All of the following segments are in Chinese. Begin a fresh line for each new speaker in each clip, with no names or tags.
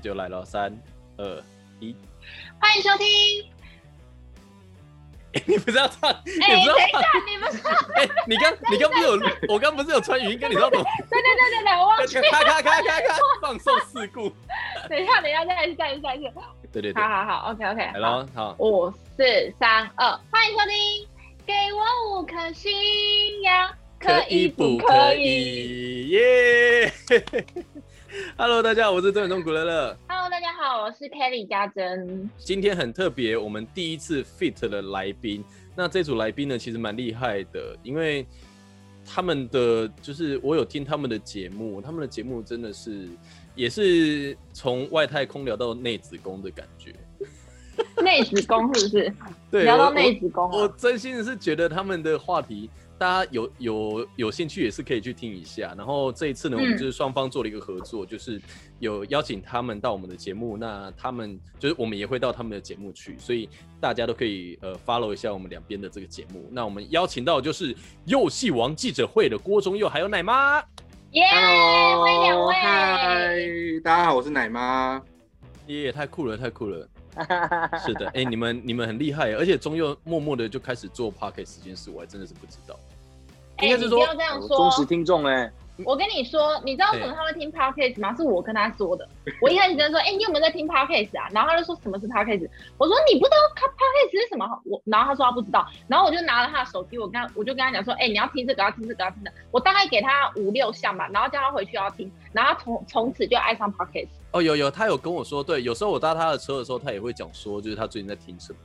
就来了，三二一，
欢迎收听。
哎你不是要唱？
哎、
你不是
等
要
一
唱？
下，你们说，
哎、你刚你刚不是有录，我刚不是有传语音跟你说怎么？
对对对对对，我忘记。
咔咔咔咔咔，放送事故。
等一下，等一下，再来一次，再来一次，再来一次。
对对对，
好好好，OK OK。
来，了，好，
五四三二，欢迎收听。给我五颗星呀，不可以
以？耶！Hello，大家好，我是周远东古乐乐。
？Hello，大家好，我是 Kelly 家珍。
今天很特别，我们第一次 fit 的来宾。那这组来宾呢，其实蛮厉害的，因为他们的就是我有听他们的节目，他们的节目真的是也是从外太空聊到内子宫的感觉。
内子宫是不是？
对，
聊到
我
内子宫
我，我
了。
真心的是觉得他们的话题，大家有有有兴趣也是可以去听一下。然后这一次呢，
嗯
我们就是双方做了一个合作，就是有邀请他们到我们的节目，那他们就是我们也会到他们的节目去，所以大家都可以呃 follow 一下我们两边的这个节目。那我们邀请到的就是幼戏王记者会的郭忠佑还有奶妈。
耶，欢迎两
Hello，
位。
嗨，大家好，我是奶 妈。
耶、太酷了，太酷了！是的，哎、你们你们很厉害，而且中佑默默的就开始做 p o c k e t 时间事，我还真的是不知道。
哎、
应该
你
是
不
说
要这样
我
说
忠。实听众哎，
我跟你说，你知道为什么他会听 podcast 吗？是我跟他说的。我一开始跟他说：“哎、你有没有在听 podcast 啊？”然后他就说：“什么是 podcast？” 我说：“你不知道他 podcast 是什么？”我然后他说他不知道，然后我就拿了他的手机，我跟他我就跟他讲说：“哎、你要听这个，要听这个，要听这个。”我大概给他五六项吧，然后叫他回去要听，然后他从从此就爱上 podcast。
哦，有有，他有跟我说，对，有时候我搭他的车的时候，他也会讲说，就是他最近在听什么，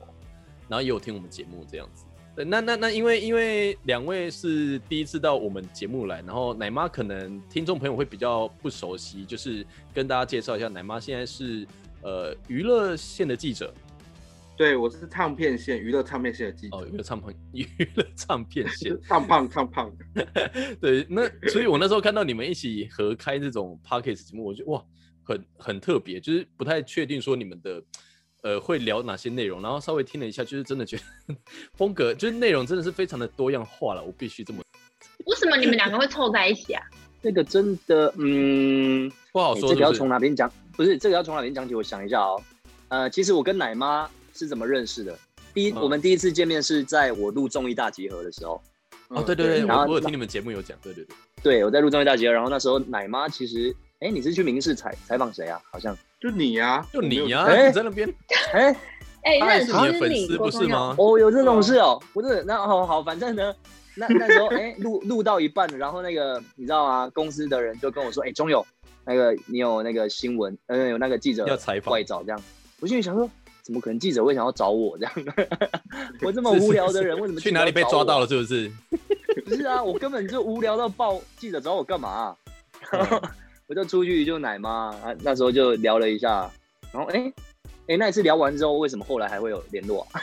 然后也有听我们节目这样子。对，那那那，因为因为两位是第一次到我们节目来，然后奶妈可能听众朋友会比较不熟悉，就是跟大家介绍一下，奶妈现在是呃娱乐线的记者
对我是唱片线娱乐唱片线的记者，
哦，娱乐唱片娱乐唱片线，
胖胖胖胖的。
对，那所以我那时候看到你们一起合开这种 podcast 节目，我就哇，很很特别，就是不太确定说你们的呃会聊哪些内容，然后稍微听了一下，就是真的觉得 风格就是内容真的是非常的多样化了，我必须这么
为什么你们两个会凑在一起啊？
这个真的，嗯，
不好
诶
哦说，是
这个要
不是
从？哪边讲？不是，这个要从哪边讲起？我想一下哦。呃，其实我跟奶妈是怎么认识的？第一，
嗯
我们第一次见面是在我录综艺大集合的时候。
哦，
嗯
对对对，
然
我
后
我有听你们节目有讲，对对对，
对，我在录综艺大集合，然后那时候奶妈其实，哎，你是去民视采采访谁啊？好像，
就你啊呀、
就你啊呀、
我没有
你在那边，
哎，
哎、
他还
认
是你
识
的粉丝
你
不是？吗？
哦，有这种事哦，不是，那好好，反正呢，那那时候哎，录录到一半，然后那个你知道吗？公司的人就跟我说，哎，钟友，那个你有那个新闻，呃，有那个记者
要采访
过来找这样，我心里想说，怎么可能记者会想要找 我这样？我这么
是是
无聊的
是
人，为什么
去哪里被抓到了？是不是？
了？不是啊，我根本就无聊到爆，记者找我干嘛啊、 然后我就出去就奶妈啊，那时候就聊了一下，然后哎。哎、那一次聊完之后，为什么后来还会有联络、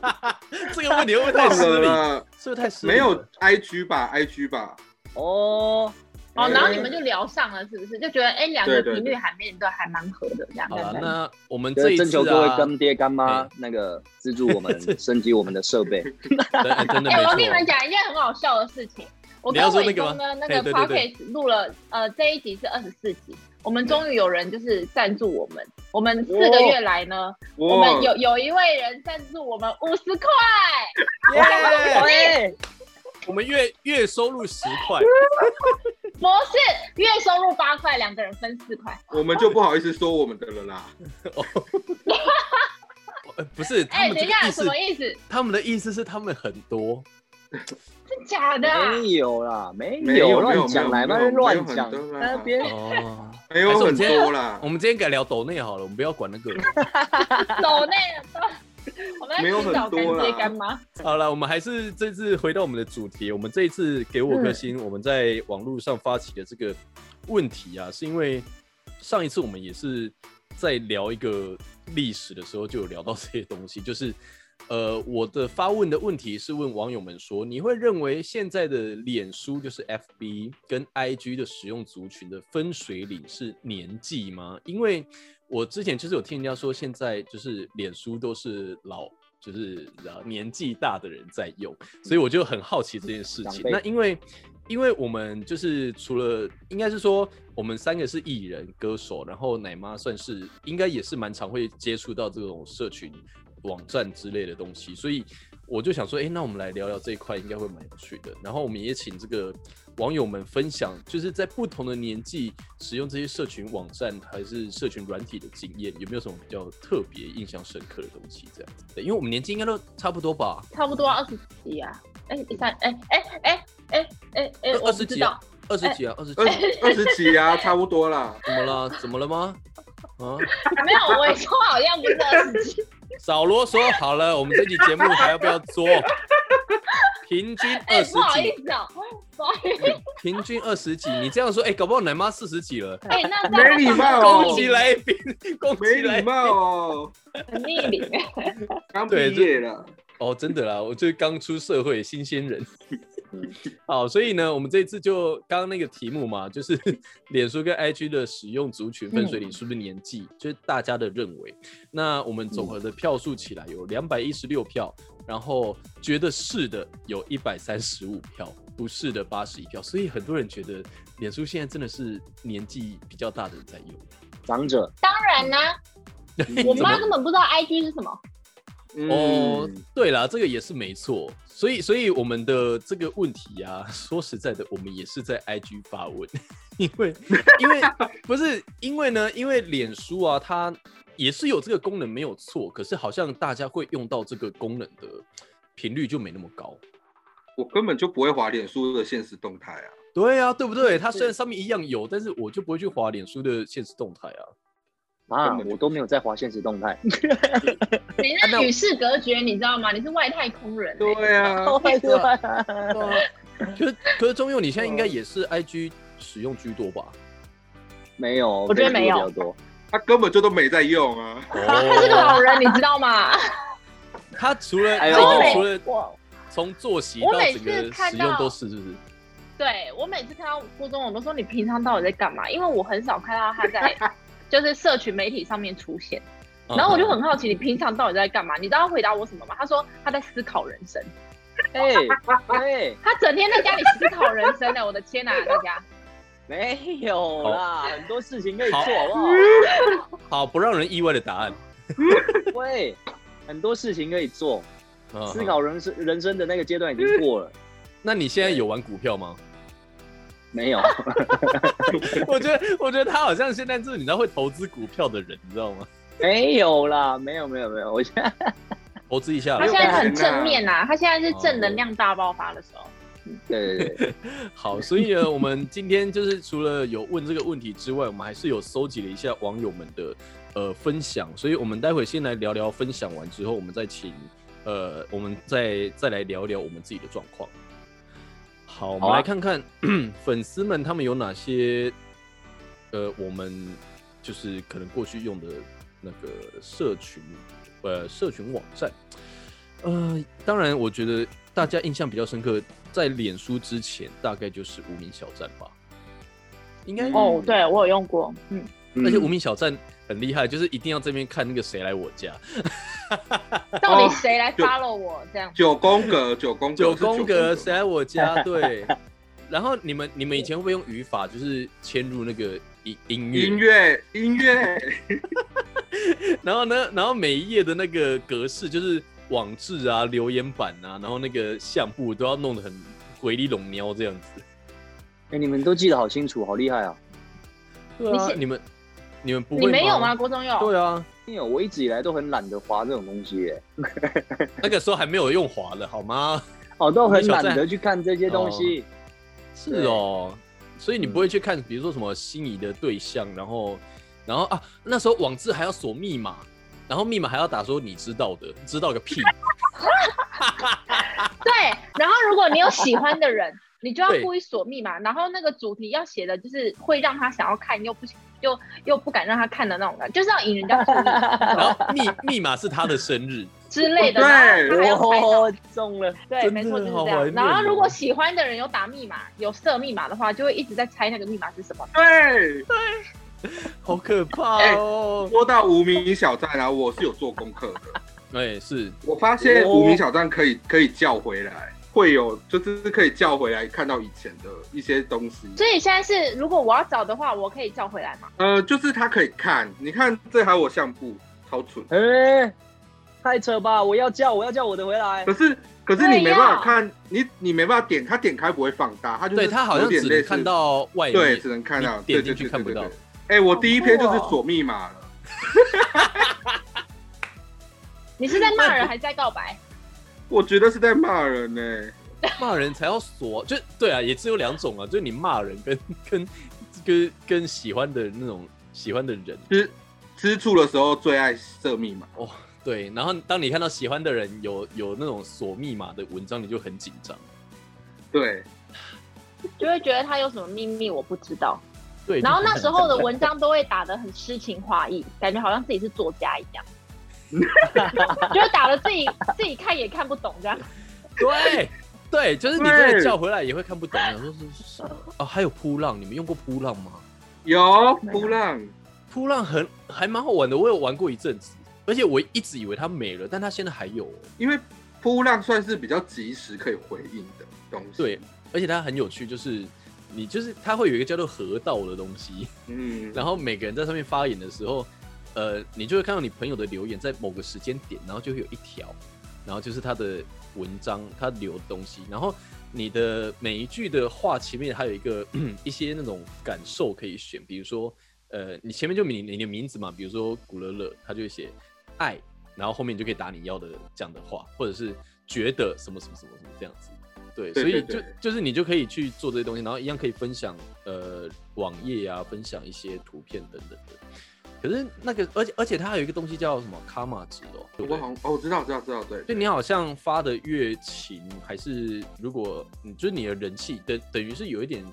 啊？
这个问题会不会太
忘
失
了
礼？
啦，
是不是太失礼？
没有，IG 吧？IG 吧？
哦，
哦，然后你们就聊上了，是不是？就觉得哎，两、个频率还面都还蛮合的这样。
好 了，那我们
就
这
是
一
征
次
求各位
啊，
干爹干妈
哎
那个资助我们 升级我们的设备。
对哎真的
哎、
没
我跟你
错
们。讲一件很好笑的事情。我
你
跟
要说那
伟
个吗
忠呢，那
哎
个
对
p o
对
d
对
c a s 录了，呃，这一集是二十四集，我们终于有人就是赞助我们。我们四个月来呢，我们有有一位人赞助我们五十块，
耶
哎，
我们月月收入十 块，
不是月收入八块，两个人分四块。
我们就不好意思说我们的了啦。
呃哦不是他
哎、
们
等
这
一
个
下，
意
什
思，
么意思？
他们的意思是他们很 多，
真假的啊？
没有啦，没
没有没有
乱讲，
没
来
有
嘛
没有
乱讲
没有很，多啦
那边
哦，
没有很多啦
我，们今天改聊抖内好了，我们不要管那个。
走内走，我们
没有
来寻找
很多啊
干爹
啦
干妈。
好了，我们还是这次回到我们的主题，我们这一次给我
嗯
颗星，我们在网络上发起的这个问题啊，是因为上一次我们也是在聊一个历史的时候就有聊到这些东西，就是。呃，我的发问的问题是问网友们说，你会认为现在的脸书就是 FB 跟 IG 的使用族群的分水岭是年纪吗？因为我之前就是有听人家说，现在就是脸书都是老，就是呃年纪大的人在用，所以我就很好奇这件事情
嗯长。辈
那因为因为我们就是除了应该是说我们三个是艺人、歌手，然后奶妈算是应该也是蛮常会接触到这种社群网站之类的东西，所以我就想说，哎、那我们来聊聊这一块，应该会蛮有趣的。然后我们也请这个网友们分享，就是在不同的年纪使用这些社群网站还是社群软体的经验，有没有什么比较特别、印象深刻的东西？这样，对，因为我们年纪应该都差不多吧，
差不多二十几啊，哎、三，哎哎哎哎哎哎，我
二
不
十
知
几
道哎
啊，，二十几啊，二十几
二
啊，
二十 几啊，差不多啦。
怎么了？怎么了吗？啊，
没有，我也说好像不是二十几，
少啰嗦好了，我们这期节目还要不要做？平均
哎、
二十
不好意
几，嗯
思哦、不好意思，
平均二十几，你这样说，哎、搞不好奶妈四十几了，
哎、那
没礼貌哦
恭喜来宾，恭
没
喜来
礼
宾。
貌哦，
很逆龄，
刚毕
对这
业了，
哦，真的啦，我就是刚出社会，新鲜人。 好，所以呢，我们这一次就刚刚那个题目嘛，就是 脸书跟 IG 的使用族群分水岭是不是年纪，就是大家的认为。那我们总和的票数起来有两百一十六票，然后觉得是的有一百三十五票，不是的八十一票。所以很多人觉得脸书现在真的是年纪比较大的人在用。
长者，
当然啦、
哎
我
怎么
妈根本不知道 IG 是什么，
哦
嗯，，
对啦，这个也是没错。所以，所以我们的这个问题啊， 说实在的，我们也是在 IG 发问， 因为因为不是因为呢，因为脸书啊，它也是有这个功能没有错，可是好像大家会用到这个功能的频率就没那么高。
我根本就不会滑脸书的现实动态啊。
对啊，对不对？它虽然上面一样有，但是我就不会去划脸书的现实动态啊。
啊
根本，就
我都没有在滑现实动 态，
你
啊那
那
我
与世隔绝，你知道吗？你是外太空人、欸
对啊，
哦
可是可是中佑，你现在应该也是 IG 使用居多吧？
没有，我
觉得没有
比 较多。
他根本就都没在用啊。
他是个
哦，
老 人，你知道吗？
他除了
哎
他
呦
已经
我
除了
我
从作息
我
到
每
整
次
个
看
使用
到
都是，是不是？
对我每次看到郭中，我都说你平常到底在干嘛？因为我很少看到他在 就是社群媒体上面出现，
嗯
嗯
然后我就很好奇你平常到底在干嘛？你知道他回答我什么吗？他说他在思考人生，
哎哎，
他整天在家里思考人生呢。我的天哪、大家
没有啦，很多事情可以做，
好
好不好？
嗯好不让人意外的答案。
喂，很多事情可以做，
嗯
思。考人生人生的那个阶段已经过了。
那你现在有玩股票 吗？
没有，
我觉得，我觉得他好像现在就是你知道会投资股票的人，你知道吗？
没有啦，没有，没有，没有。我现在
投资一下
他
没
现
有
在
办法
很正面呐、他现在是正能
啊哦
量大爆发的时候。
对对对，
好，所以呢，我们今天就是除了有问这个问题之外，我们还是有搜集了一下网友们的呃分享，所以我们待会先来聊聊分享完之后，我们再请呃，我们再再来聊聊我们自己的状况。好，我
好
们
啊
来看看、粉丝们他们有哪些呃，我们就是可能过去用的那个社群呃社群网站。呃，当然，我觉得大家印象比较深刻，在脸书之前大概就是无名小站吧，应该。
哦
哦，对我有用过，嗯，
而且无名小站很厉害，就是一定要这边看那个谁来我家，哦
到底谁来
就
follow 我这样？
九宫格，九宫格，
九
是
宫格谁
九
来我 家？对。然后你们你们以前会不会用语法，就是嵌入那个音音乐？
音乐，音乐，
然后呢，然后每一页的那个格式就是网志啊、留言板啊，然后那个相簿都要弄得很回力拢喵这样子。
哎，你们都记得好清楚，好厉害啊！
对啊，
你是
你们你们不会
你没有吗？？郭中佑？
对啊，
没有，我一直以来都很懒得滑这种东西耶，
那个时候还没有用滑的好吗？
哦，都很懒
我们小哦
得
站
去看这些东西。
是哦，所以你不
嗯
会去看，比如说什么心仪的对象，然后然后啊，那时候网志还要锁密码，然后密码还要打说你知道的，知道个 屁。
对，然后如果你有喜欢的人， 你就要
对
故意锁密码，然后那个主题要写的就是会让他想要看又不想又又不敢让他看的那种感觉，就是要引人家注 意
然后密密码是他的生日，
之类的。
对
然后他还要拍照。
哦，中了，
对，
真的
没错，就是
好
这
怀
样。
念
然后如果
哦
喜欢的人有打密码、有设密码的话，就会一直在猜那个密码是什么。
对。
好可怕哦！
说到无名小站啊，我是有做功课的，
哎对，是
我发现
哦
无名小站可以可以叫回来，会有，就是可以叫回来看到以前的一些东西。
所以现在是，如果我要找的话，我可以叫回来吗？
呃，就是他可以看，你看这还有我相簿，超蠢。
哎、太扯吧！我要叫，我要叫我的回来
可。是可是你
对
没
呀
办法看，你你没办法点，他点开不会放大，他就是
对他好像
有点
只
类
能
似
看到外面，
对，只能看到
你
对
点进去
对对
看不
对对
到
对哎、我第一篇就
好
是
酷哦
锁密码了，
你是在骂人还是在告白？
我觉得是在骂人呢、
骂人才要锁，就对啊，也只有两种啊，就是你骂人跟跟跟跟喜欢的那种喜欢的人
吃吃醋的时候最爱设密码，
哦，对，然后当你看到喜欢的人有有那种锁密码的文章，你就很紧张。
对，
就会觉得他有什么秘密我不知道。
对，
然后那时候的文章都会打得很诗情画意，感觉好像自己是作家一样， 就打了自己自己看也看不懂这样。
对对，就是你
对
真的叫回来也会看不懂，啊想说是是哦，还有扑浪，你们用过扑浪吗？
有波浪，
扑浪很还蛮好玩的，我有玩过一阵子，而且我一直以为它没了，但它现在还有哦、
因为波浪算是比较及时可以回应的东西。
对，而且它很有趣，就是你就是它会有一个叫做河道的东西，
嗯，
然后每个人在上面发言的时候，呃，你就会看到你朋友的留言在某个时间点，然后就会有一条，然后就是他的文章他留的东西，然后你的每一句的话前面还有一个嗯一些那种感受可以选，比如说呃，你前面就你你的名字嘛，比如说古乐乐，他就会写爱，然后后面你就可以打你要的这样的话，或者是觉得什么什么什么什么这样子。对，
对
所以
对
就
对
就是你就可以去做这些东西，然后一样可以分享呃网页啊，分享一些图片等等的。可是那个，而且而且它还有一个东西叫什么卡玛值哦，对不
我
对
好？像哦，我知道，知道，知道，对，
就你好像发的越勤，还是如果你就是你的人气等等于是有一点，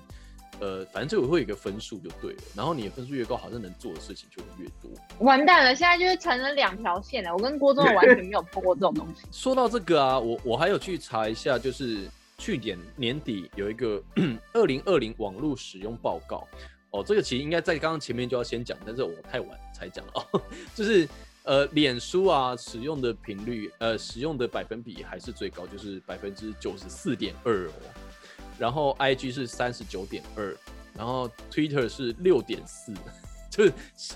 呃，反正就会有一个分数就对了。然后你的分数越高，好像能做的事情就会越多。
完蛋了，现在就是成了两条线了。我跟郭宗完全没有碰过这种东西。
说到这个啊，我我还有去查一下，就是去年年底有一个 二零二零网络使用报告哦，这个其实应该在刚刚前面就要先讲，但是我太晚才讲了 哦，就是呃，脸书啊使用的频率，呃，使用的百分比还是最高，就是百分之九十四点二哦，然后 IG 是三十九点二，然后 Twitter 是六点四， 就是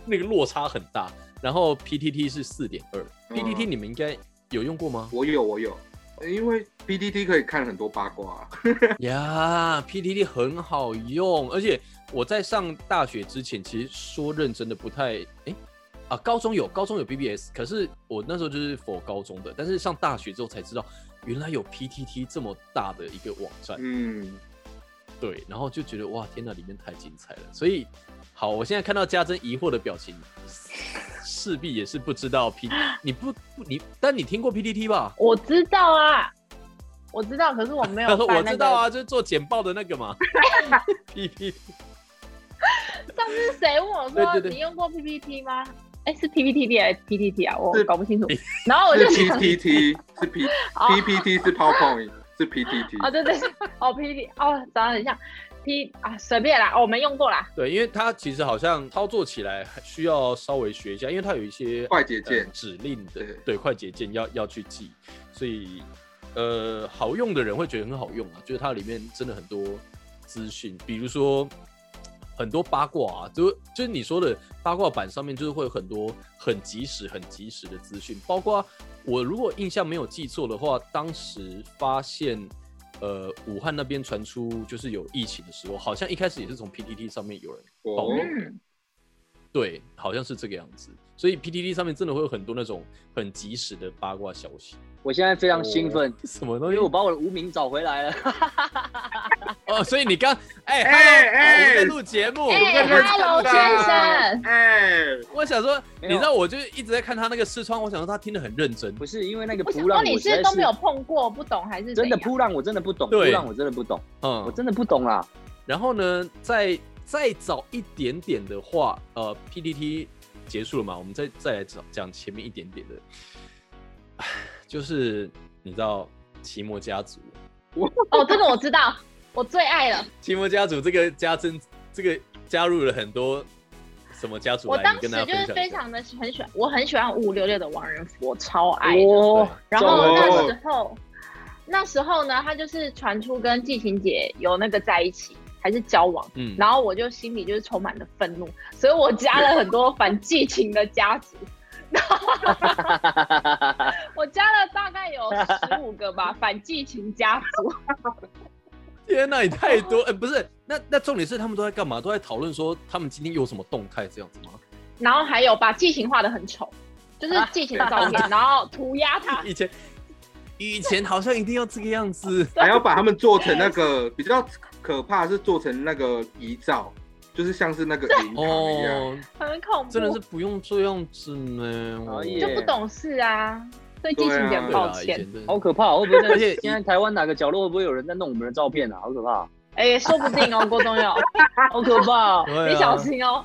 那个落差很大，然后 PTT 是四点二，PTT 你们应该有用过 吗？
我有，我有，因为 B D T 可以看很多八卦、啊。
呀、p t t 很好用，而且我在上大学之前，其实说认真的不太，诶，啊，高中有，高中有 BBS，可是我那时候就是否高中的，但是上大学之后才知道，原来有 PTT 这么大的一个网站，
嗯，
对，然后就觉得哇，天哪，里面太精彩了，所以好，我现在看到家珍疑惑的表情，势必也是不知道 P，你不不你，但你听过 PTT 吧？
我知道啊，我知道，可是我 没有
他说
办
我
那
知
个
道啊，就是做简报的那个嘛 ，PPT。
上次是谁问我
对
说
对对
你用过 PPT 吗？哎，是 PPTD 还是 PTT 啊？我
是
搞不清楚。然后我就是
P
想
T T，是 P
哦
P P T，是 PowerPoint，是 P T T。
哦，对对，对哦 PPT 哦，长得很像 P 啊，随便啦，哦我们用过啦。
对，因为它其实好像操作起来还需要稍微学一下，因为它有一些
快捷键
呃指令的
对，
对，快捷键要要去记，所以呃，好用的人会觉得很好用啊，就是它里面真的很多资讯，比如说很多八卦啊，就就是你说的八卦版上面就是会有很多很及时、很及时的资讯，包括我如果印象没有记错的话，当时发现。呃，武汉那边传出就是有疫情的时候，好像一开始也是从 PTT 上面有人
哦
哦
嗯，
对，好像是这个样子。所以 PTT 上面真的会有很多那种很及时的八卦消息，
我现在非常兴奋，
什么
因
东西？
为我把我的无名找回来了。
哦，所以你刚哎、
哎
h e l l o
哎
我们在录节目，
哎，Hello 先生，
哎、
啊我想说，
没
你
有
知道，我就一直在看他那个视窗，我想说他听得很认真
不。是因为那个
我想
扑
说
浪，
哦你
我实
是
在
都
是
没有碰过，不懂还是
真的
怎样
扑浪，我真的不懂。扑
对
浪我真的不懂，我
嗯，
真的不懂啦。
然后呢，再再早一点点的话，呃，PTT 结束了嘛，我们再再来讲讲前面一点点的，唉就是你知道奇摩家族，
哦，这个我知道，我最爱了。
奇摩家族这个加增，这个加入了很多什么家族
我
来，
当
啊你
时
跟大家
就
分享
是非
一下。
常的很喜欢，我很喜欢五五六六的王仁甫，我超爱。
哦
对，
哎然后
中
那
了
时候，那时候呢，他就是传出跟季晴姐有那个在一起，还是交往，
嗯，
然后我就心里就是充满了愤怒，所以我加了很多反季晴的家族，我加了大概有十五个吧反季晴家族。
天哪，也太多！哎、不是，那那重点是他们都在干嘛？都在讨论说他们今天有什么动态这样子吗？
然后还有把季晴画的很丑，就是季晴的照片，然后涂鸦他。
以前以前好像一定要这个样 子，
还要把他们做成那个比较可怕，是做成那个遗照，就是像是那个灵堂一样。
哦，
很恐怖，
真的是不用这样子呢。我
熬夜
就不懂事啊，对季晴姐
对啊
很抱
啦，以
歉。
前真的
好可怕！会不会在
而且
现在台湾哪个角落会不会有人在弄我们的照片啊？好可怕！
哎、说不定哦，郭宗佑，
好可怕 哦！
对啊
你小心哦。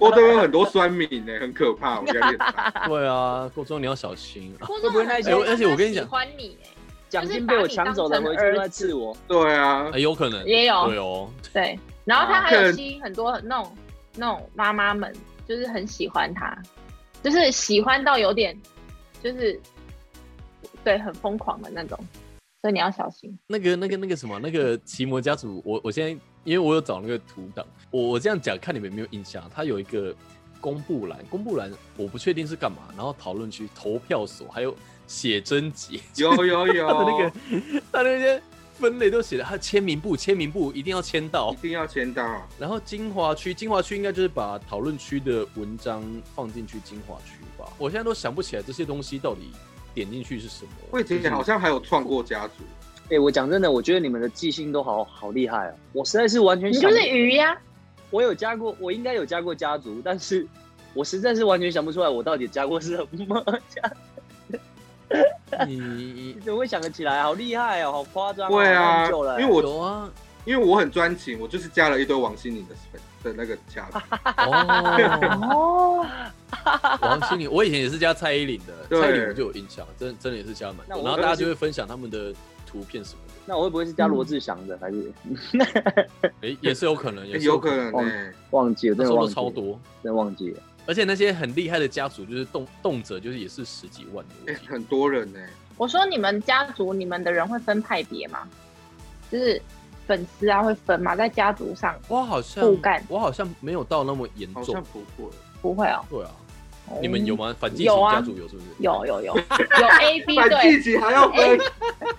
我都有很多酸民呢、很可怕，我压力很大。
对啊，郭忠你要小心啊！
郭宗
会不
佑
会那
很
些
多
而且我跟你
喜
讲
欢你哎
奖金被我抢走了，回去都在刺我。
对啊
哎，有可能
也有
对哦，
对，然后他
啊
还有
哦可
吸引很多那种那种妈妈们，就是很喜欢他，就是喜欢到有点，就是对很疯狂的那种，所以你要小心。
那个、那个、那个什么，那个奇摩家族，我我现在因为我有找那个图档，我我这样讲，看你们有没有印象？它啊有一个公布栏，公布栏我不确定是干嘛，然后讨论区、投票所，还有写真集，
有有有，
他的那个 他那些分类都写了，他签名簿、签名簿一定要签到
一。定要签到。啊
然后精华区，精华区应该就是把讨论区的文章放进去精华区吧。我现在都想不起来这些东西到底点进去是什么。
我以前好像还有创过家族，
哎，我讲真的，我觉得你们的记性都好好厉害哦！我实在是完全
你
想
就
不，
是鱼呀、
我有加过，我应该有加过家族，但是我实在是完全想不出来我到底加过什么 家。
你
你怎么会想得起来？好厉害哦，好夸张哦！
对啊，
很久了
因为我
有啊？
因为我很专情，我就是加了一堆王心凌的粉的那个家族，
哦，
哦，
王心凌，我以前也是加蔡依林的，
对
蔡依林我就有印象，真真的也是加蛮
那我
多。然后大家就会分享他们的图片什么的，
那我会不会是加罗志祥的？还是
哎、 也是有可 能，也是
有可能
哦
呢、
忘记了？
那时
真
候
的忘
都
记
超
了，
多，
真的忘记了。
而且那些很厉害的家族，就是动动辄就是也是十几万的。我
哎、
记得
很多人呢、
我说你们家族你们的人会分派别吗？就是粉丝啊会分吗？在家族上
我好像
不敢
我好像没有到那么严
好
重
像。不会。
不会哦。
对啊，你们有
吗？
吗？反季
有
型
啊
家族有是不是？
有有 有有 A B
反
对
季，集还 要分，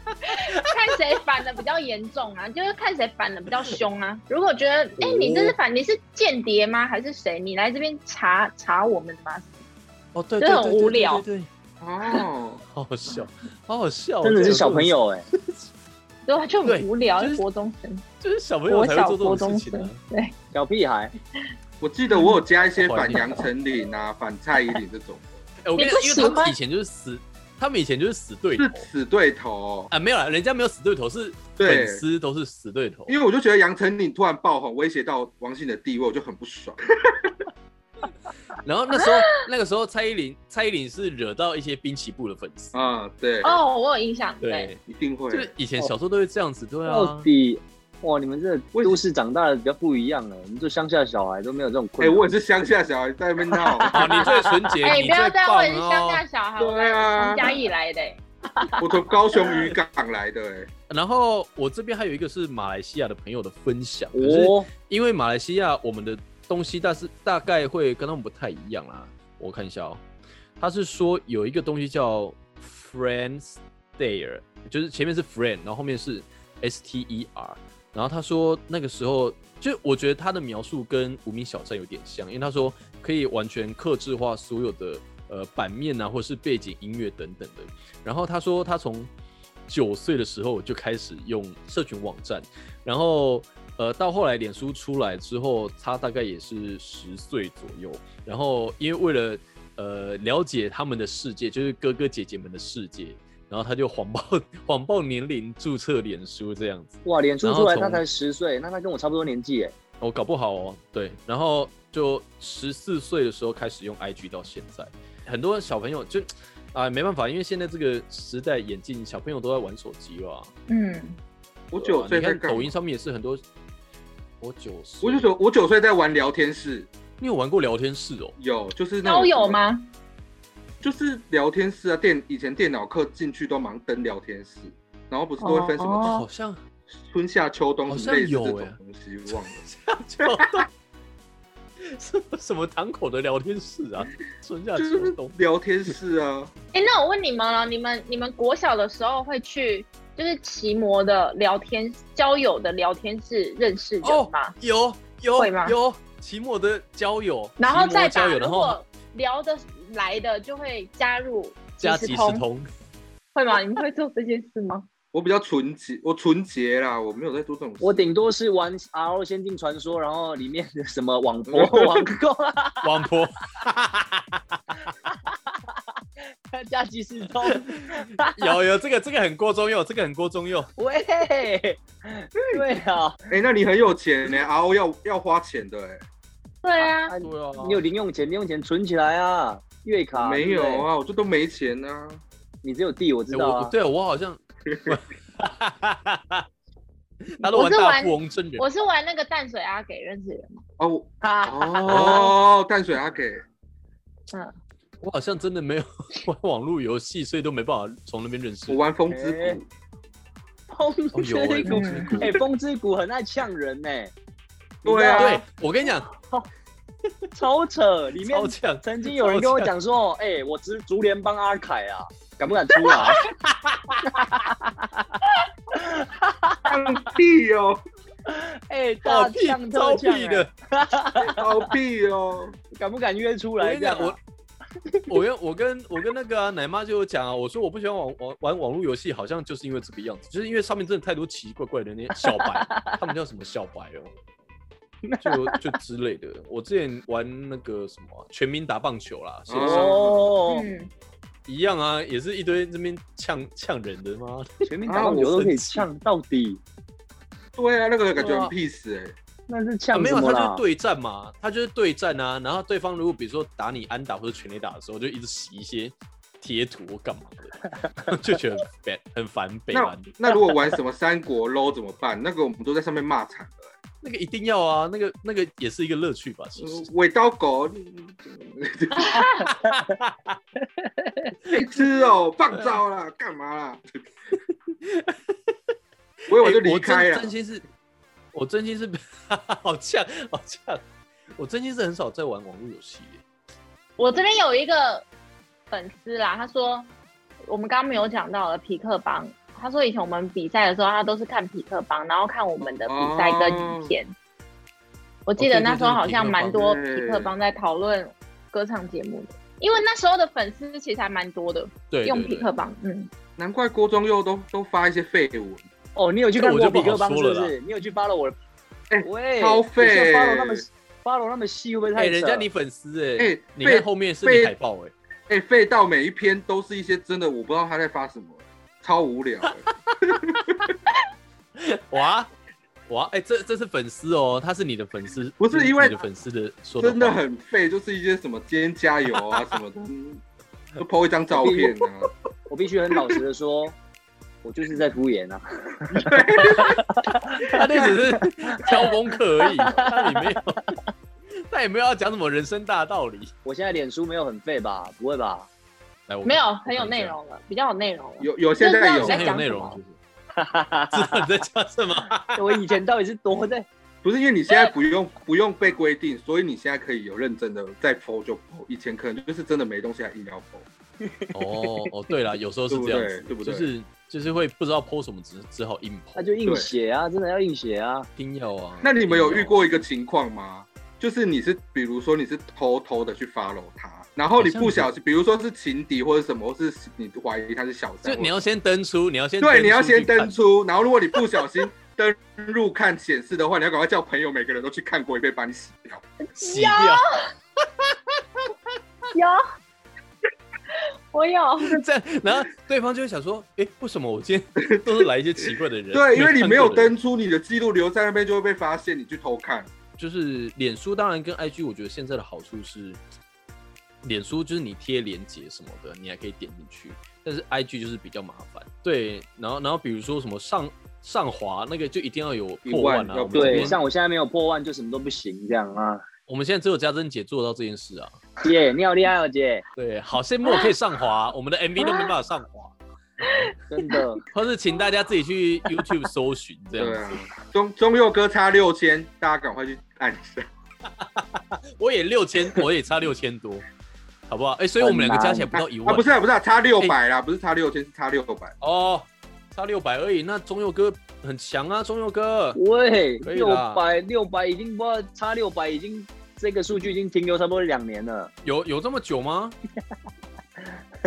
看谁反的比较严重啊， 就是看谁反的比较凶啊。如果觉得，
哦
哎、你这是反，你是间谍吗？还是谁？你来这边查查我们的吗？
哦，对，
真的很
对对对
无聊
对对，对
哦，
好好笑，好好笑，
真的
这
是
种
小朋，友哎、
对啊，就
对
很无聊，
就是
国中生，
就是小朋友
国
才
小
会做
国
这种
中
事情
生
啊。，
对，
小屁孩，
我记得我有加一
哦
些反杨丞琳啊、 反蔡依林这种，
哎，我跟你
你不
讲，因
喜
为他们
欢
以前就是死，他们以前就是死对头
是死对头。
啊，没有啦，人家没有死对头，是
对
粉丝都是死对头。
因为我就觉得杨丞琳突然爆红，威胁到王心凌的地位，我就很不爽。
然后那时候， 那个时候蔡依林，蔡依林是惹到一些滨崎步的粉丝，
啊，对，
哦，我有印象，对，
对，
一定会
就。是以前小时候都会这样子，对
到
哦
啊，
底哇，你们这
我也
都市长大的比较不一样了，我们做乡下小孩都没有这种
哎、
困扰。
我也是乡下小孩，在那边 闹。
啊，你最纯洁，
哎、
你
不要
最
这样，我
棒
也是乡
哦
下。小孩，我
对啊
从嘉义来的、哎
我从高雄渔港来的、哎，
然后我这边还有一个是马来西亚的朋友的分享，可是
哦，
因为马来西亚我们的东西大是大概会跟他们不太一样啦。我看一下哦，他是说有一个东西叫 Friends There，就是前面是 Friend，然后后面是 S T E R，然后他说那个时候就我觉得他的描述跟无名小站有点像，因为他说可以完全克制化所有的呃版面啊，或是背景音乐等等的。然后他说他从九岁的时候就开始用社群网站，然后呃，到后来脸书出来之后，他大概也是十岁左右。然后因为为了呃了解他们的世界，就是哥哥姐姐们的世界，然后他就谎报 谎报年龄注册脸书这样子。
哇，脸书出来
然后
他
从
才十岁，那他跟我差不多年纪哎。
我、搞不好哦，对，然后就十四岁的时候开始用 IG 到现在，很多小朋友就啊、没办法，因为现在这个时代眼镜，小朋友都在玩手机了啊、
嗯，
我九岁
你
在
看
干嘛
抖音上面也是很多。我九岁，
我就九我九岁在玩聊天室，
你有玩过聊天室哦？
有就是那种
都有？吗？
就是聊天室啊，电以前电脑课进去都忙登聊天室，然后不是都会分什
哦
么
好像
春夏秋冬之类的这
好像有
种
欸
东西，忘了。
秋冬，什么什么堂口的聊天室啊，春夏
就
秋
是
冬，
聊天室啊，
哎、那我问你们了，你们你们国小的时候会去就是骑摩的聊天交友的聊天室认识人吗？
有有
会吗
有期末的交友，
然后
期末
再把
交友，
如
然后
果聊得来的就会加入
加
即
即
时
时
通，
通，
会吗？你们会做这件事吗？
我比较纯洁，我纯洁啦，我没有在做这种事。
我顶多是玩 RO 仙境传说，然后里面的什么网博 网购啊，
王 婆，
加即时通，
有有这个这个很过中用，这个很过中用，
喂，对啊，
哎、那你很有钱呢、r o 要要花钱的哎、
对啊，
啊
对啊
你有零用钱，零用钱存起来啊，月卡
没有
对不对
啊，我这都没钱啊。
你只有地，我知
欸
道
我
啊。
对我好像，他都
我
玩
是
大
玩
富翁真人，
我是玩那个淡水阿给认识人嘛，
哦 我
哈，
哦，淡水阿给，
我好像真的没有 玩网络游戏，所以都没办法从那边认识
我。玩风之谷，
哎风之
哦，有哎、
谷，
风之谷
哎，风之谷很爱呛人呢，
对啊
对，我跟你讲，
你知道吗超扯，里面
超强，
曾经有人跟我讲说，哎，我是竹联帮阿凯啊，敢不敢出来？
放屁哦，
哎，
好
大
屁
呛，特
超
呛
哦屁
哎
的。
好屁哦，
敢不敢约出
我
来？
跟你讲，
这样
我
啊
我跟我跟我跟那个、啊、奶妈就有讲啊，我说我不喜欢玩玩玩网络游戏，好像就是因为这个样子，就是因为上面真的太多奇奇怪怪的那些小白，他们叫什么小白哦，就就之类的。我之前玩那个什么啊全民打棒球啦，线上
哦，
嗯，
一样啊，也是一堆这边呛呛人的妈的，
全民打
啊
棒球都可以呛到底，
对啊，那个感觉很 peace 哎、
那是
啊
呛
没有
什
他
么
就是
啦？
对战嘛，他就是对战啊。然后对方如果比如说打你安打或者全垒打的时候，就一直洗一些贴图或干嘛的， 就觉得很烦很烦北
那
兰。
那如果玩什么三国 low 怎么办？那个我们都在上面骂惨了、欸。
那个一定要啊，那个那个也是一个乐趣吧，其实。
尾刀狗，吃哦，棒招啦，干嘛啦？我我就
欸
离开
我
啊了
真真。心是，我真心是， 好呛好呛，我真心是很少在玩网络游戏耶。
我这边有一个粉丝啦，他说我们刚刚没有讲到的匹克帮，他说以前我们比赛的时候，他都是看匹克帮，然后看我们的比赛跟影片。我记得那时候好像蛮多
哦对对对
匹克帮在讨论歌唱节目的，因为那时候的粉丝其实还蛮多的，
对，
用
对
匹克，帮，嗯，
难怪郭中佑都都发一些废物，
哦，你有去看
这
过
我就不
比
好
克邦是
说
不
了啦
是？你有去 follow 我的？
哎
喂，
超废
有时候，follow 那么 follow 那么细会不会
哎、
太扯？
人家你粉丝哎、
哎
你
被
看后面是你
被
海报哎、
哎、废到每一篇都是一些真的，我不知道他在发什么，超无聊的。
哇哇，哎、这这是粉丝哦，他是你的粉丝，
不是
你
因为
你的粉丝的说
真的
话
很废，就是一些什么今天加油啊什么的，就 po 一张照片啊。
我必须很老实的说，我就是在敷衍啊。
他那只是 交功课而已，他也没有，他也没有要讲什么人生大道理。
我现在脸书没有很废吧？不会吧？
来，我
没有
我
很
看一
有
下
内，容了，比较有内容了。
有有现在
就
有
是这
现在
样在
有
讲
内
什
容
么
是不是，知道啊你在讲什 么？
我以前到底是 多在？
不是因为你现在不用不用被规定，所以你现在可以有认真的再 po 就 po，以前可能就是真的没东西还硬要 po。
嗯哦哦，对了，有时候是这样子，
对不对对不对
就是就是会不知道 PO 什么，只只好硬 PO，
那就硬写啊，真的要硬写啊。
硬要啊。
那你们有
硬
遇
要啊？
过一个情况吗？就是你是比如说你是偷偷的去 follow 他，然后你不小
好
心，比如说是情敌或者什么，或是你怀疑他是小三，
就你要先登出，你要先
对，你要先登
出
出，然后如果你不小心登入看显示的话，你要赶快叫朋友每个人都去看过一遍，把你洗
去
掉。
看洗掉。
有，我有，
这样，然后对方就会想说，哎、为什么我今 天都是来一些奇怪的人？
对，因为你没
看
有
过的人
登，出，你的记录留在那边就会被发现，你去偷看。
就是脸书当然跟 IG，我觉得现在的好处是，脸书就是你贴链接什么的，你还可以点进去，但是 IG 就是比较麻烦。对，然后然后比如说什么上上滑那个就一定要有破万啊，
一万
我们这
对，
边
像我现在没有破万，就什么都不行这样啊。
我们现在只有家珍姐做到这件事啊。
姐，你好厉害哦，姐。
对，好羡慕我可以上滑，我们的 MV 都没办法上滑。
真的，
或是请大家自己去 YouTube 搜寻这样
对
子。
啊，中中佑哥差六千，大家赶快去按一下。
我也六千，我也差六千多， 好不好？哎、所以我们两个加起来不到一
啊，
万，哎
不是啊，不是啊，差六百啦，不是差六千，是差六百。
哦，差六百而已。那中佑哥很强啊，中佑哥，
喂，
可以
六
啦
百六百已经不知道差六百已经这个数据已经停留差不多两年了。
有有这么久 吗？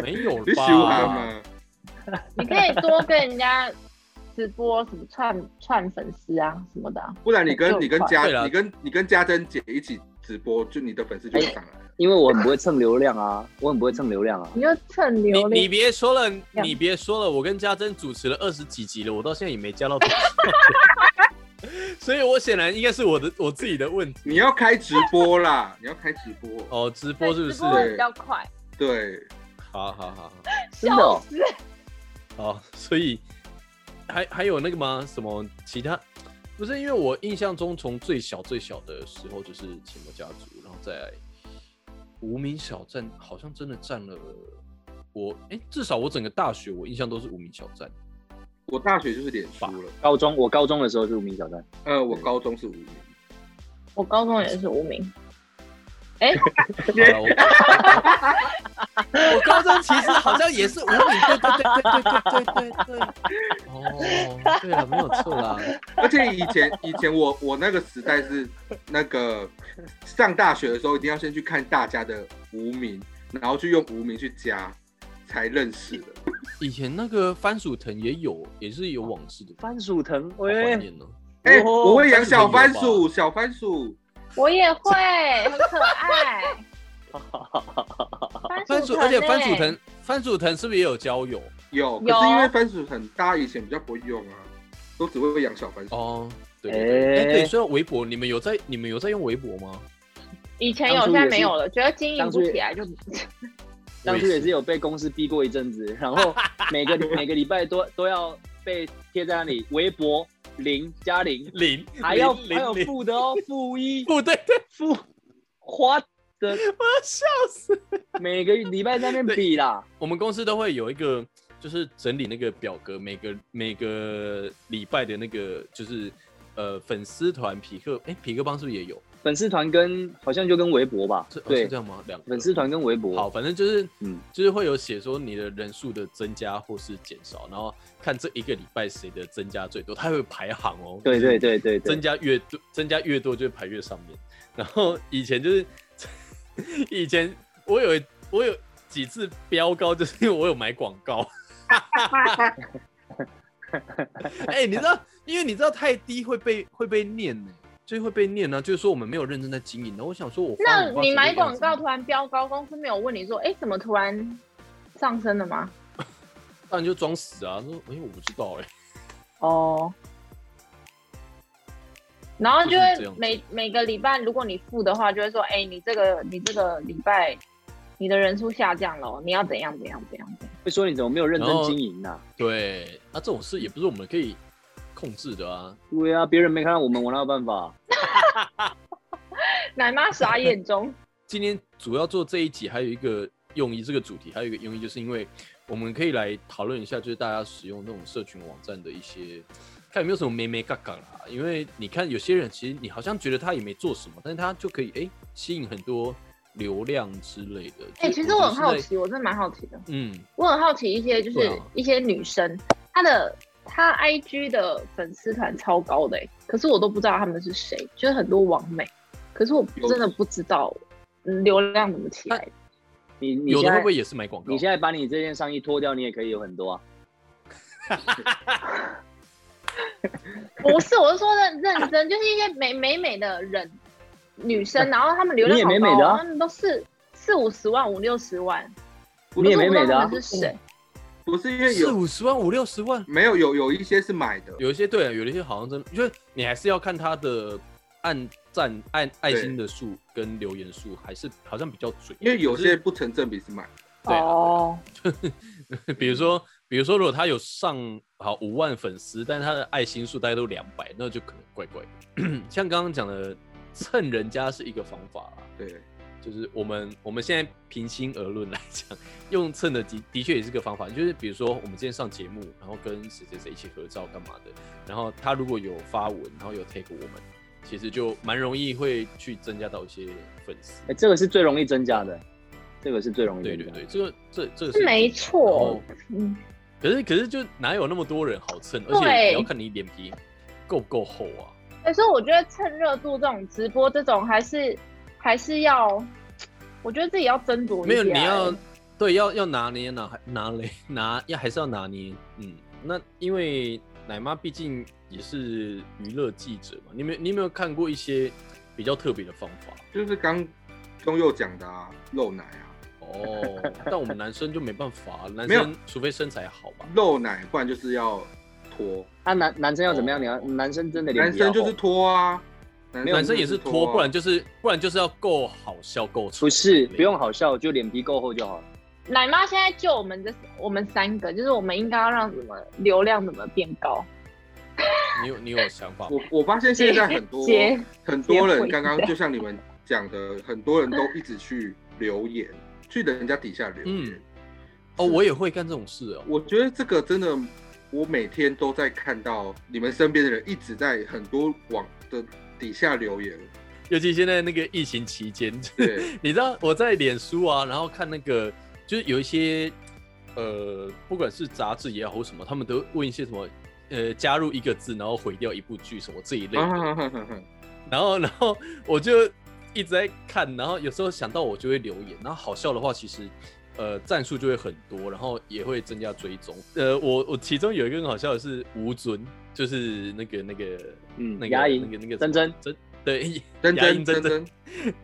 没有
你修他
吧？
嘛？
你可以多跟人家直播什么串串粉丝啊什么的啊、
不然你
就
跟
很
你跟
快
嘉
对啦
你跟你跟嘉珍姐一起直播，就你的粉丝就会上来了。
因为我很不会蹭流量啊，我很不会蹭流量啊。
你就蹭
你
流
你
量。
别说了，你别说了，我跟家珍主持了二十几集了，我到现在也没加到 粉丝所以我显然应该是我的我自己的问题
你要开直播啦，你要开直播。
哦，直播是不是？
对
比较快，
对，
好好好
真的
笑
哦
死！
好好，哦所以还还有那个吗？什么其他？不是因为我印象中从最小最小的时候就是奇摩家族，然后再来无名小站，好像真的占了我哎、至少我整个大学我印象都是无名小站。
我大学就是脸书
哦
了，
高中我高中的时候是无名小站，
呃，我高中是无名。
我高中也是无 名，哎、
好了，我我高中其实好像也是无名，对对对对对对对对。哦，对了，没有错啦。
而且以前以前我我那个时代是那个上大学的时候，一定要先去看大家的无名，然后去用无名去加，才认识的。
以前那个番薯藤也有，也是有往事的。
番薯藤，
好怀
喂，
念哦。
哎、
哦
我会养小番
番薯
薯，小番薯，
我也会，很可 爱。
番薯，而且番薯
欸
藤，番薯藤是不是也有交友？
有，可
有
是因为番薯很大，以前比较不会用啊，都只会养小番薯。
哦，对对对。哎、对，
哎，
说到微博，你们有在你们有在用微博吗？
以前有，现在没有了，觉得经营不起来就
当初也是有被公司逼过一阵子，然 后每个每个礼拜都都要被贴在 那里，微博零加零，
零，
还要
零
还有
零零
负的哦，负一
不对 对，
负花
我
的，
要笑死。
每个礼拜在那边比啦，
我们公司都会有一个，就是整理那个表格，每个每个礼拜的那个就是呃粉丝团匹克，哎、匹克帮是不是也有？
粉丝团跟好像就跟微博吧
是、，哦、
对
是这，样吗？两个
粉丝团跟微博，
好，反正就是，嗯
嗯，
就是会有写说你的人数的增加或是减少，然后看这一个礼拜谁的增加最多，它会排行哦。
对
就是
对对对对
增，加越多，增加越多就会排越上面。然后以前就是， 以前我有我有几次飙高，就是因为我有买广告。 哎、你知道，因为你知道太低会被会被念呢、就会被念呢、啊，就是说我们没有认真在经营。然后我想说我花
那
五块
你
钱
买
就这样
广
子
告突然飙高，公司没有问你说，哎、怎么突然上升了吗？
当然就装死啊！说哎、我不知道哎、
哦。然后
就
就
是这样
会
子
每每个礼拜，如果你付的话，就会说，哎、你这个你这个礼拜你的人数下降了哦，你要怎样怎样怎样怎样。
会说你怎么没有认
然
真
后
经营啊呐？
对，那、这种事也不是我们可以控制的啊。
对啊，别人没看到我们，我哪有办法？
奶妈傻眼中，
今天主要做这一集，还有一个用意，这个主题还有一个用意，就是因为我们可以来讨论一下，就是大家使用那种社群网站的一些，看有没有什么咩咩嘎嘎啦。因为你看有些人，其实你好像觉得他也没做什么，但是他就可以哎、吸引很多流量之类的。
哎、其实我很好，奇，我真的蛮好奇的，
嗯，
我很好奇一些就
对
是
啊
一些女生，她的她 IG 的粉丝团超高的、欸，可是我都不知道她们是谁，就是很多网美，可是我
有
真的不知道嗯流量怎么起来的。
你你
有
现
的会
在
不会也是买广告
你？现在把你这件上衣脱掉，你也可以有很多啊。
不是，我是说认认真， 就是一些美美美的人女生，然后她们流量
你
好高、
也美美的啊
她们都四四五十万、五六十万，我
你也
都
美
不知道
美的啊
她们是谁？
不是因为
四
有
五十万、五六十万，
没有有有一些是买的，
有一些对啊，有一些好像真的，就是你还是要看他的按赞、按爱心的数跟留言数，还是好像比较准。
因为有些
可
不成正比是买的。
对啊
哦，
是比如说，比如说，如果他有上好五万粉丝，但是他的爱心数大概都两百， 那就可能怪怪的。像刚刚讲的，蹭人家是一个方法啦，
对，
就是我们我们现在平心而论来讲， 用蹭的的的确也是个方法，就是比如说我们今天上节目，然后跟谁谁谁一起合照干嘛的，然后他如果有发文，然后有 take 我们，其实就蛮容易会去增加到一些粉丝。
哎、这个是最容易增加的，这个是最容易
对
增
对
加
对，
的。
这个这这个
是
是
没
然
错
哦
后。
嗯，
可是可是就哪有那么多人好蹭，而且
对
也要看你脸皮够不够厚啊。
但是哎我觉得趁热度这种直播这种，还是还是要，我觉得自己要斟酌一下。
没有，你要对要要拿捏拿拿捏拿要还是要拿捏，嗯，那因为奶妈毕竟也是娱乐记者嘛，你们你有没有看过一些比较特别的方法？
就是刚中佑讲的啊，露奶啊，
哦，但我们男生就没办法，啊男
没有
生除非身材好吧，
露奶，不然就是要脱，
啊，男男生要怎么样？
哦
你要男生真的脸
男
皮要
生
厚
就是脱啊，
男生也
就是脱
脱，
啊，
不然就是不然就是要够好笑够丑
不是不用好笑，就脸皮够厚就好了。
奶妈现在就我们这我们三个，就是我们应该要让什么流量怎么变高？
你有你有想法吗？
我我发现现在很多
结
很多
结
人
尾
刚刚就像你们讲的，很多人都一直去留言，去人家底下留言。
嗯哦，我也会干这种事哦。
我觉得这个真的，我每天都在看到你们身边的人一直在很多网的底下留言，
尤其现在那个疫情期间，
对
你知道我在脸书啊，然后看那个就是有一些呃，不管是杂志也好或什么，他们都问一些什么呃，加入一个字，然后毁掉一部剧什么这一类的。
啊，哼哼哼
然后然后我就一直在看，然后有时候想到我就会留言，然后好笑的话其实。呃，赞数就会很多，然后也会增加追踪。呃，我我其中有一个很好笑的是吴尊，就是那个那个
嗯
那个
牙龈
那个那个
珍
什么
珍
珍 对
真
牙龈珍
真真
珍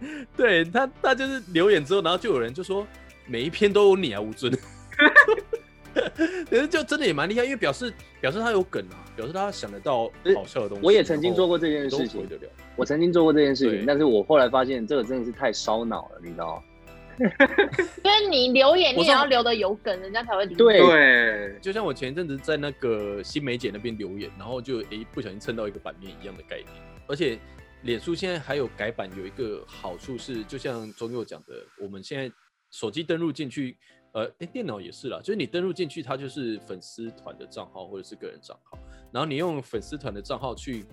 真，
对他，他就是留言之后，然后就有人就说每一篇都有你啊，吴尊。 可是就真的也蛮厉害，因为表示表示他有梗啊，表示他想得到好笑的东西。
我也曾经做过这件
然后
事
都回
情，
得了。
我曾经做过这件事
对
情，但是我后来发现这个真的是太烧脑了，你知道吗？
因为你留言，
我
你也要留的有梗，人家才会理解。
对
对，
就像我前一阵子在那个新梅姐那边留言，然后就诶、不小心蹭到一个版面一样的概念。而且脸书现在还有改版，有一个好处是，就像中佑讲的，我们现在手机登录进去，呃，诶电脑也是啦，就是你登录进去，它就是粉丝团的账号或者是个人账号，然后你用粉丝团的账号去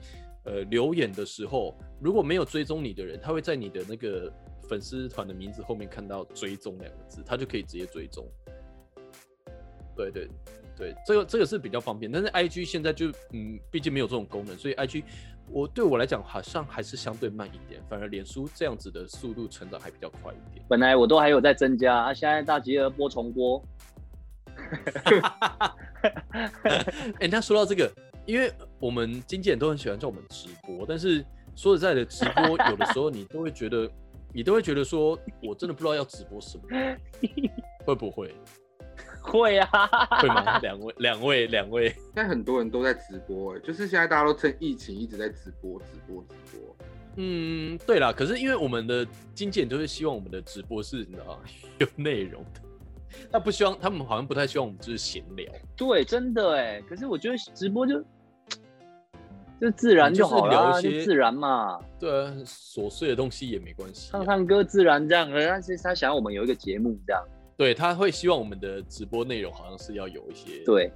呃留言的时候，如果没有追踪你的人，他会在你的那个粉丝团的名字后面看到“追踪”两个字，他就可以直接追踪。对对对，这个这个是比较方便，但是 I G 现在就嗯，毕竟没有这种功能，所以 I G 我对我来讲好像还是相对慢一点，反而脸书这样子的速度成长还比较快一点。
本来我都还有在增加，啊，现在大吉儿播重播，
哎、那说到这个，因为我们经纪人都很喜欢叫我们直播，但是说实在的，直播有的时候你都会觉得， 你都会觉得说，我真的不知道要直播什么，会不会？
会啊，
会吗？两位，两位，两位，
现在很多人都在直播、欸，就是现在大家都趁疫情一直在直播直播直播，
嗯，对啦，可是因为我们的经纪人都是希望我们的直播是你知道吗 有内容的，他不希望，他们好像不太希望我们就是闲聊，
对，真的哎。可是我觉得直播就就自然就好
你
啦，
就是聊一
就
些
自然嘛，
对啊，琐碎的东西也没关系啊、
唱唱歌自然这样。但是他想要我们有一个节目这样，
对，他会希望我们的直播内容好像是要有一些
对，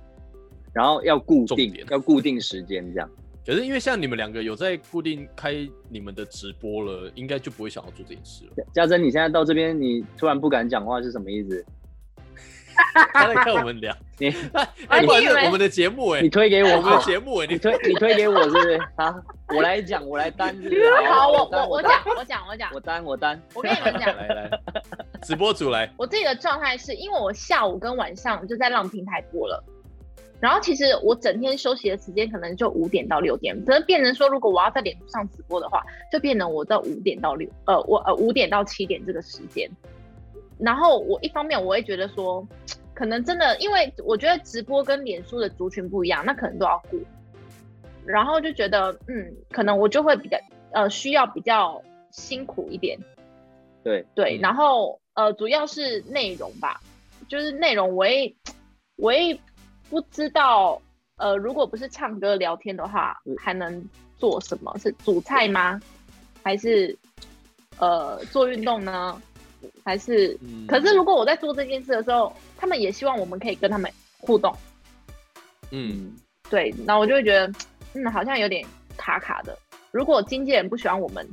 然后要固
重
定
点，
要固定时间这样。
可是因为像你们两个有在固定开你们的直播了，应该就不会想要做这件 事了。
嘉珍，你现在到这边，你突然不敢讲话是什么意思？
他在看我们 聊，
你
哎，不然
你以为
是我们的节目哎、
你推给我
我们的
好，
节目哎、
你
你
推你推给我是不是？啊，我来讲，我来担。是不是
好，我
担
我我
担
讲，我讲，我讲
我，担我担。
我跟你们讲，
来来，直播组来，
我自己的状态是因为我下午跟晚上就在浪平台播了，然后其实我整天休息的时间可能就五点到六点，可是变成说如果我要在脸书上直播的话，就变成我在五点到六呃我呃五点到七点这个时间，然后我一方面我会觉得说，可能真的因为我觉得直播跟脸书的族群不一样，那可能都要顾，然后就觉得嗯，可能我就会比较呃需要比较辛苦一点。
对，
对
嗯，
然后呃，主要是内容吧，就是内容我也我也不知道，呃，如果不是唱歌聊天的话
嗯，
还能做什么？是煮菜吗？还是呃做运动呢，还是？
嗯
可是如果我在做这件事的时候，他们也希望我们可以跟他们互动，
嗯，
对，那我就会觉得，嗯，好像有点卡卡的。如果经纪人不喜欢我们，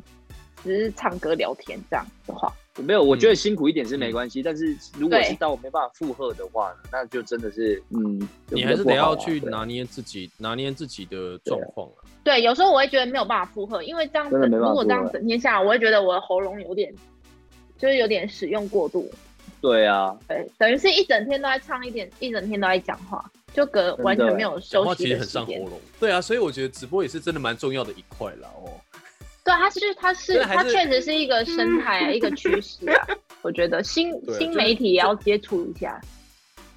只是唱歌聊天这样的话，
没有，我觉得
嗯
辛苦一点是没关系，但是如果
对
是到没办法负荷的话，那就真的是，嗯，
你
有
还
点
是
不
得要
好啊
去
对
拿捏自己拿捏自己的状况啊。
对，有时候我会觉得没有办法负荷，因为这样子，
真的没办法
如果这样
负荷
整天下来，我会觉得我的喉咙有点，就是有点使用过度，
对啊，
对，等于是一整天都在唱一点，一整天都在讲话，就隔
的
完全没有
讲
休
话
息
其
的
实
时
很伤喉
间。
咙，对啊，所以我觉得直播也是真的蛮重要的一块啦哦。
对，它是它是
对还
它
是
确实是一个生态啊，一个趋势啊。我觉得新
对啊
新
就是
媒体也要接触一下，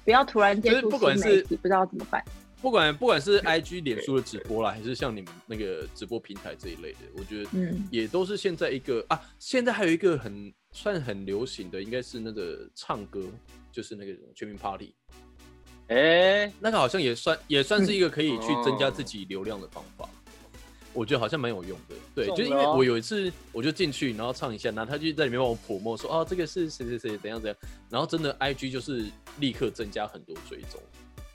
不要突然
就
接
是
触
不
新媒
管
体，
是
不知道怎么办。
不管不管是 IG、脸书的直播啦，还是像你们那个直播平台这一类的，我觉得
嗯
也都是现在一个啊，现在还有一个很算很流行的，应该是那个唱歌，就是那个全民 Party，
哎、
那个好像也算也算是一个可以去增加
嗯
自己流量的方法，我觉得好像蛮有用的。对，
中
就是因
了
为
哦
我有一次我就进去，然后唱一下，然后他就在里面帮我泼墨说哦这个是谁谁谁怎样怎样，然后真的 IG 就是立刻增加很多追踪。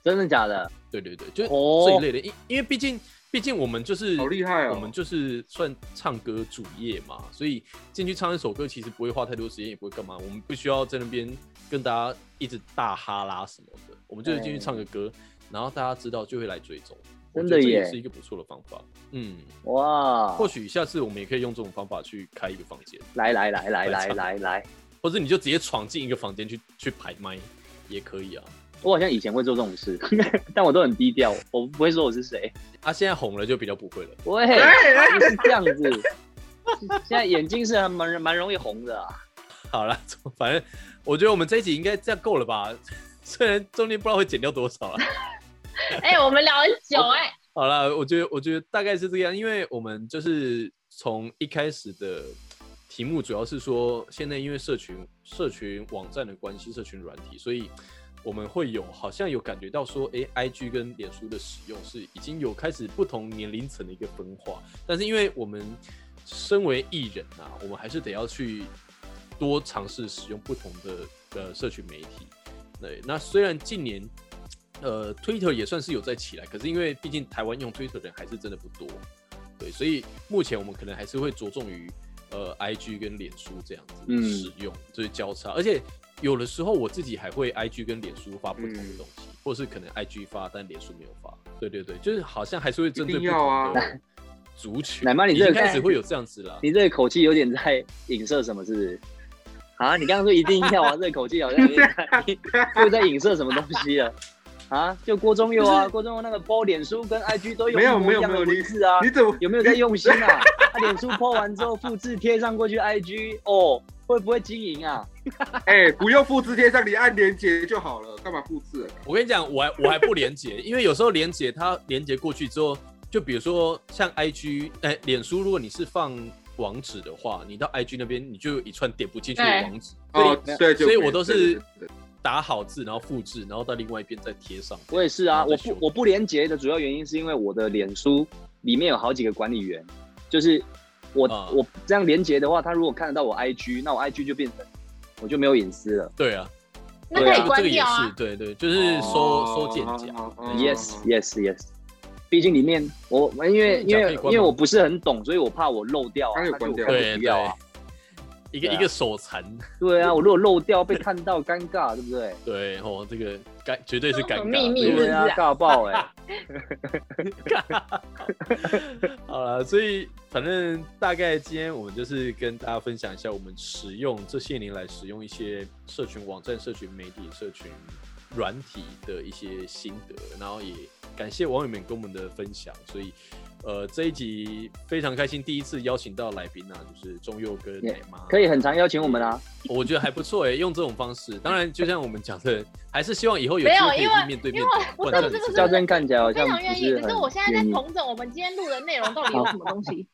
真的假的？
对对对，就是
哦
这一类的，因、因为毕竟毕竟我们就是
好厉害哦
我们就是算唱歌主业嘛，所以进去唱一首歌其实不会花太多时间，也不会干嘛，我们不需要在那边跟大家一直大哈拉什么的，我们就是进去唱个歌，然后大家知道就会来追踪，我
真
觉
的
得这也
耶
是一个不错的方法。嗯，
哇，
或许下次我们也可以用这种方法去开一个房间，
来来来来来
来唱
来来，
或者你就直接闯进一个房间去去排麦也可以啊。
我好像以前会做这种事， 但我都很低调，我不会说我是谁。
啊，现在红了就比较不会了。
喂，不是这样子，现在眼睛是还蛮蛮容易红的、啊。
好了， 反正我觉得我们这一集应该这样够了吧？ 虽然中间不知道会剪掉多少了。
哎、我们聊很久哎、
好了，我觉得我觉得大概是这样，因为我们就是从一开始的题目主要是说，现在因为社群社群网站的关系，社群软体，所以我们会有好像有感觉到说，诶 i g 跟脸书的使用是已经有开始不同年龄层的一个分化，但是因为我们身为艺人啊，我们还是得要去多尝试使用不同的呃社群媒体。对，那虽然近年呃 Twitter 也算是有在起来，可是因为毕竟台湾用 Twitter 的人还是真的不多，对，所以目前我们可能还是会着重于呃 IG 跟脸书这样子
嗯
使用，就是交叉，而且有的时候我自己还会 IG 跟脸书发不同的
嗯
东西，或是可能 IG 发但脸书没有发，对对对，就是好像还是会针对
一
不
定要
同
啊
的族群，
奶妈你
已
这
经
个
开始会有这样子了，
你这个口气有点在影射什么，是不是？啊，你刚刚说一定要啊，这个口气好像有点在
啊
又在影射什么东西了。啊，就郭忠佑啊，郭忠佑那个 PO 脸书跟 IG 都有
没有
一模
没有
一样的
没有
文字啊，
你怎么
有没有在用心啊？他脸书 PO 完之后复制贴上过去 IG 哦，会不会经营啊？
哎、不用复制贴上，你按连接就好了，干嘛复制？
我跟你讲，我还我还不连接，因为有时候连接它连接过去之后，就比如说像 IG，哎、脸书，如果你是放网址的话，你到 IG 那边你就有一串点不进去的
对
网址，
哦，
所以
对，就
所以我都
对对
是
对对
打好字，然后复制，然后到另外一边再贴上。
我也是啊，
然后
我
再修
不我不连接的主要原因是因为我的脸书里面有好几个管理员，就是我、
啊
我这样连接的话，他如果看得到我 IG，那我 IG 就变成我就没有隐私了。
对啊，
那
对啊
可
这个
以
这
关
个也
掉
是
啊。，
对对，就是收、收件夹。
哦哦哦
yes
哦
yes yes，毕竟里面我因为
真的假的
因
可
为
以关
因
吗
为我不是很懂，所以我怕我漏掉、啊，
当然有
他就
关掉
看
对
不
对
掉啊。，
一个、
对啊
一个手残，
对啊，我如果漏掉被看到尴尬，对不对？
对哦，这个尴绝对是尴尬，
这种秘密
对
是不
对
是啊
啊，尬爆哎、
好了，所以反正大概今天我们就是跟大家分享一下我们使用这些年来使用一些社群网站、社群媒体、社群软体的一些心得，然后也感谢网友们跟我们的分享。所以，呃，这一集非常开心，第一次邀请到来宾啊，就是中佑跟奶妈，
可以很常邀请我 们啊。
我觉得还不错哎、用这种方式。当然，就像我们讲的，还是希望以后有
没
机
有
会可以
因为
去面对
因为
面讲，
我
不
我
然
真的
真的
这个
是
赵真看起来好
非
像不
常
是
愿意，可
很
是我现在在
愿意
统整我们今天录的内容到底有什么东西。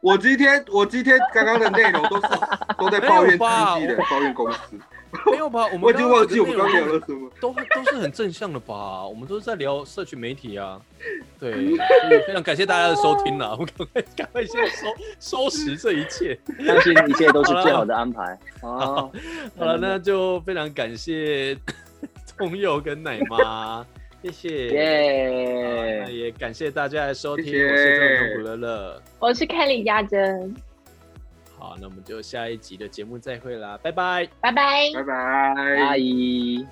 我今天我今天刚刚的内容 都是都在抱怨
没有吧
经纪人，抱怨公司，
没有吧？我们
我已经
刚刚
忘记我们
的内
刚
容
聊了什么。
都都是很正向的吧？我们都是在聊社群媒体啊，对， 所以非常感谢大家的收听
哦
啦，我们赶快赶快先收收拾这一切。
相信一切都是最好的 安排。哦，
好了，那就非常感谢 中佑跟奶妈，谢 谢。好那
耶！
也感谢大家的收听，
谢谢
我是郑痛苦乐乐。
我是 Kelly 家珍，
好，那我们就下一集的节目再会啦，拜拜。
拜拜。
拜拜。
阿姨。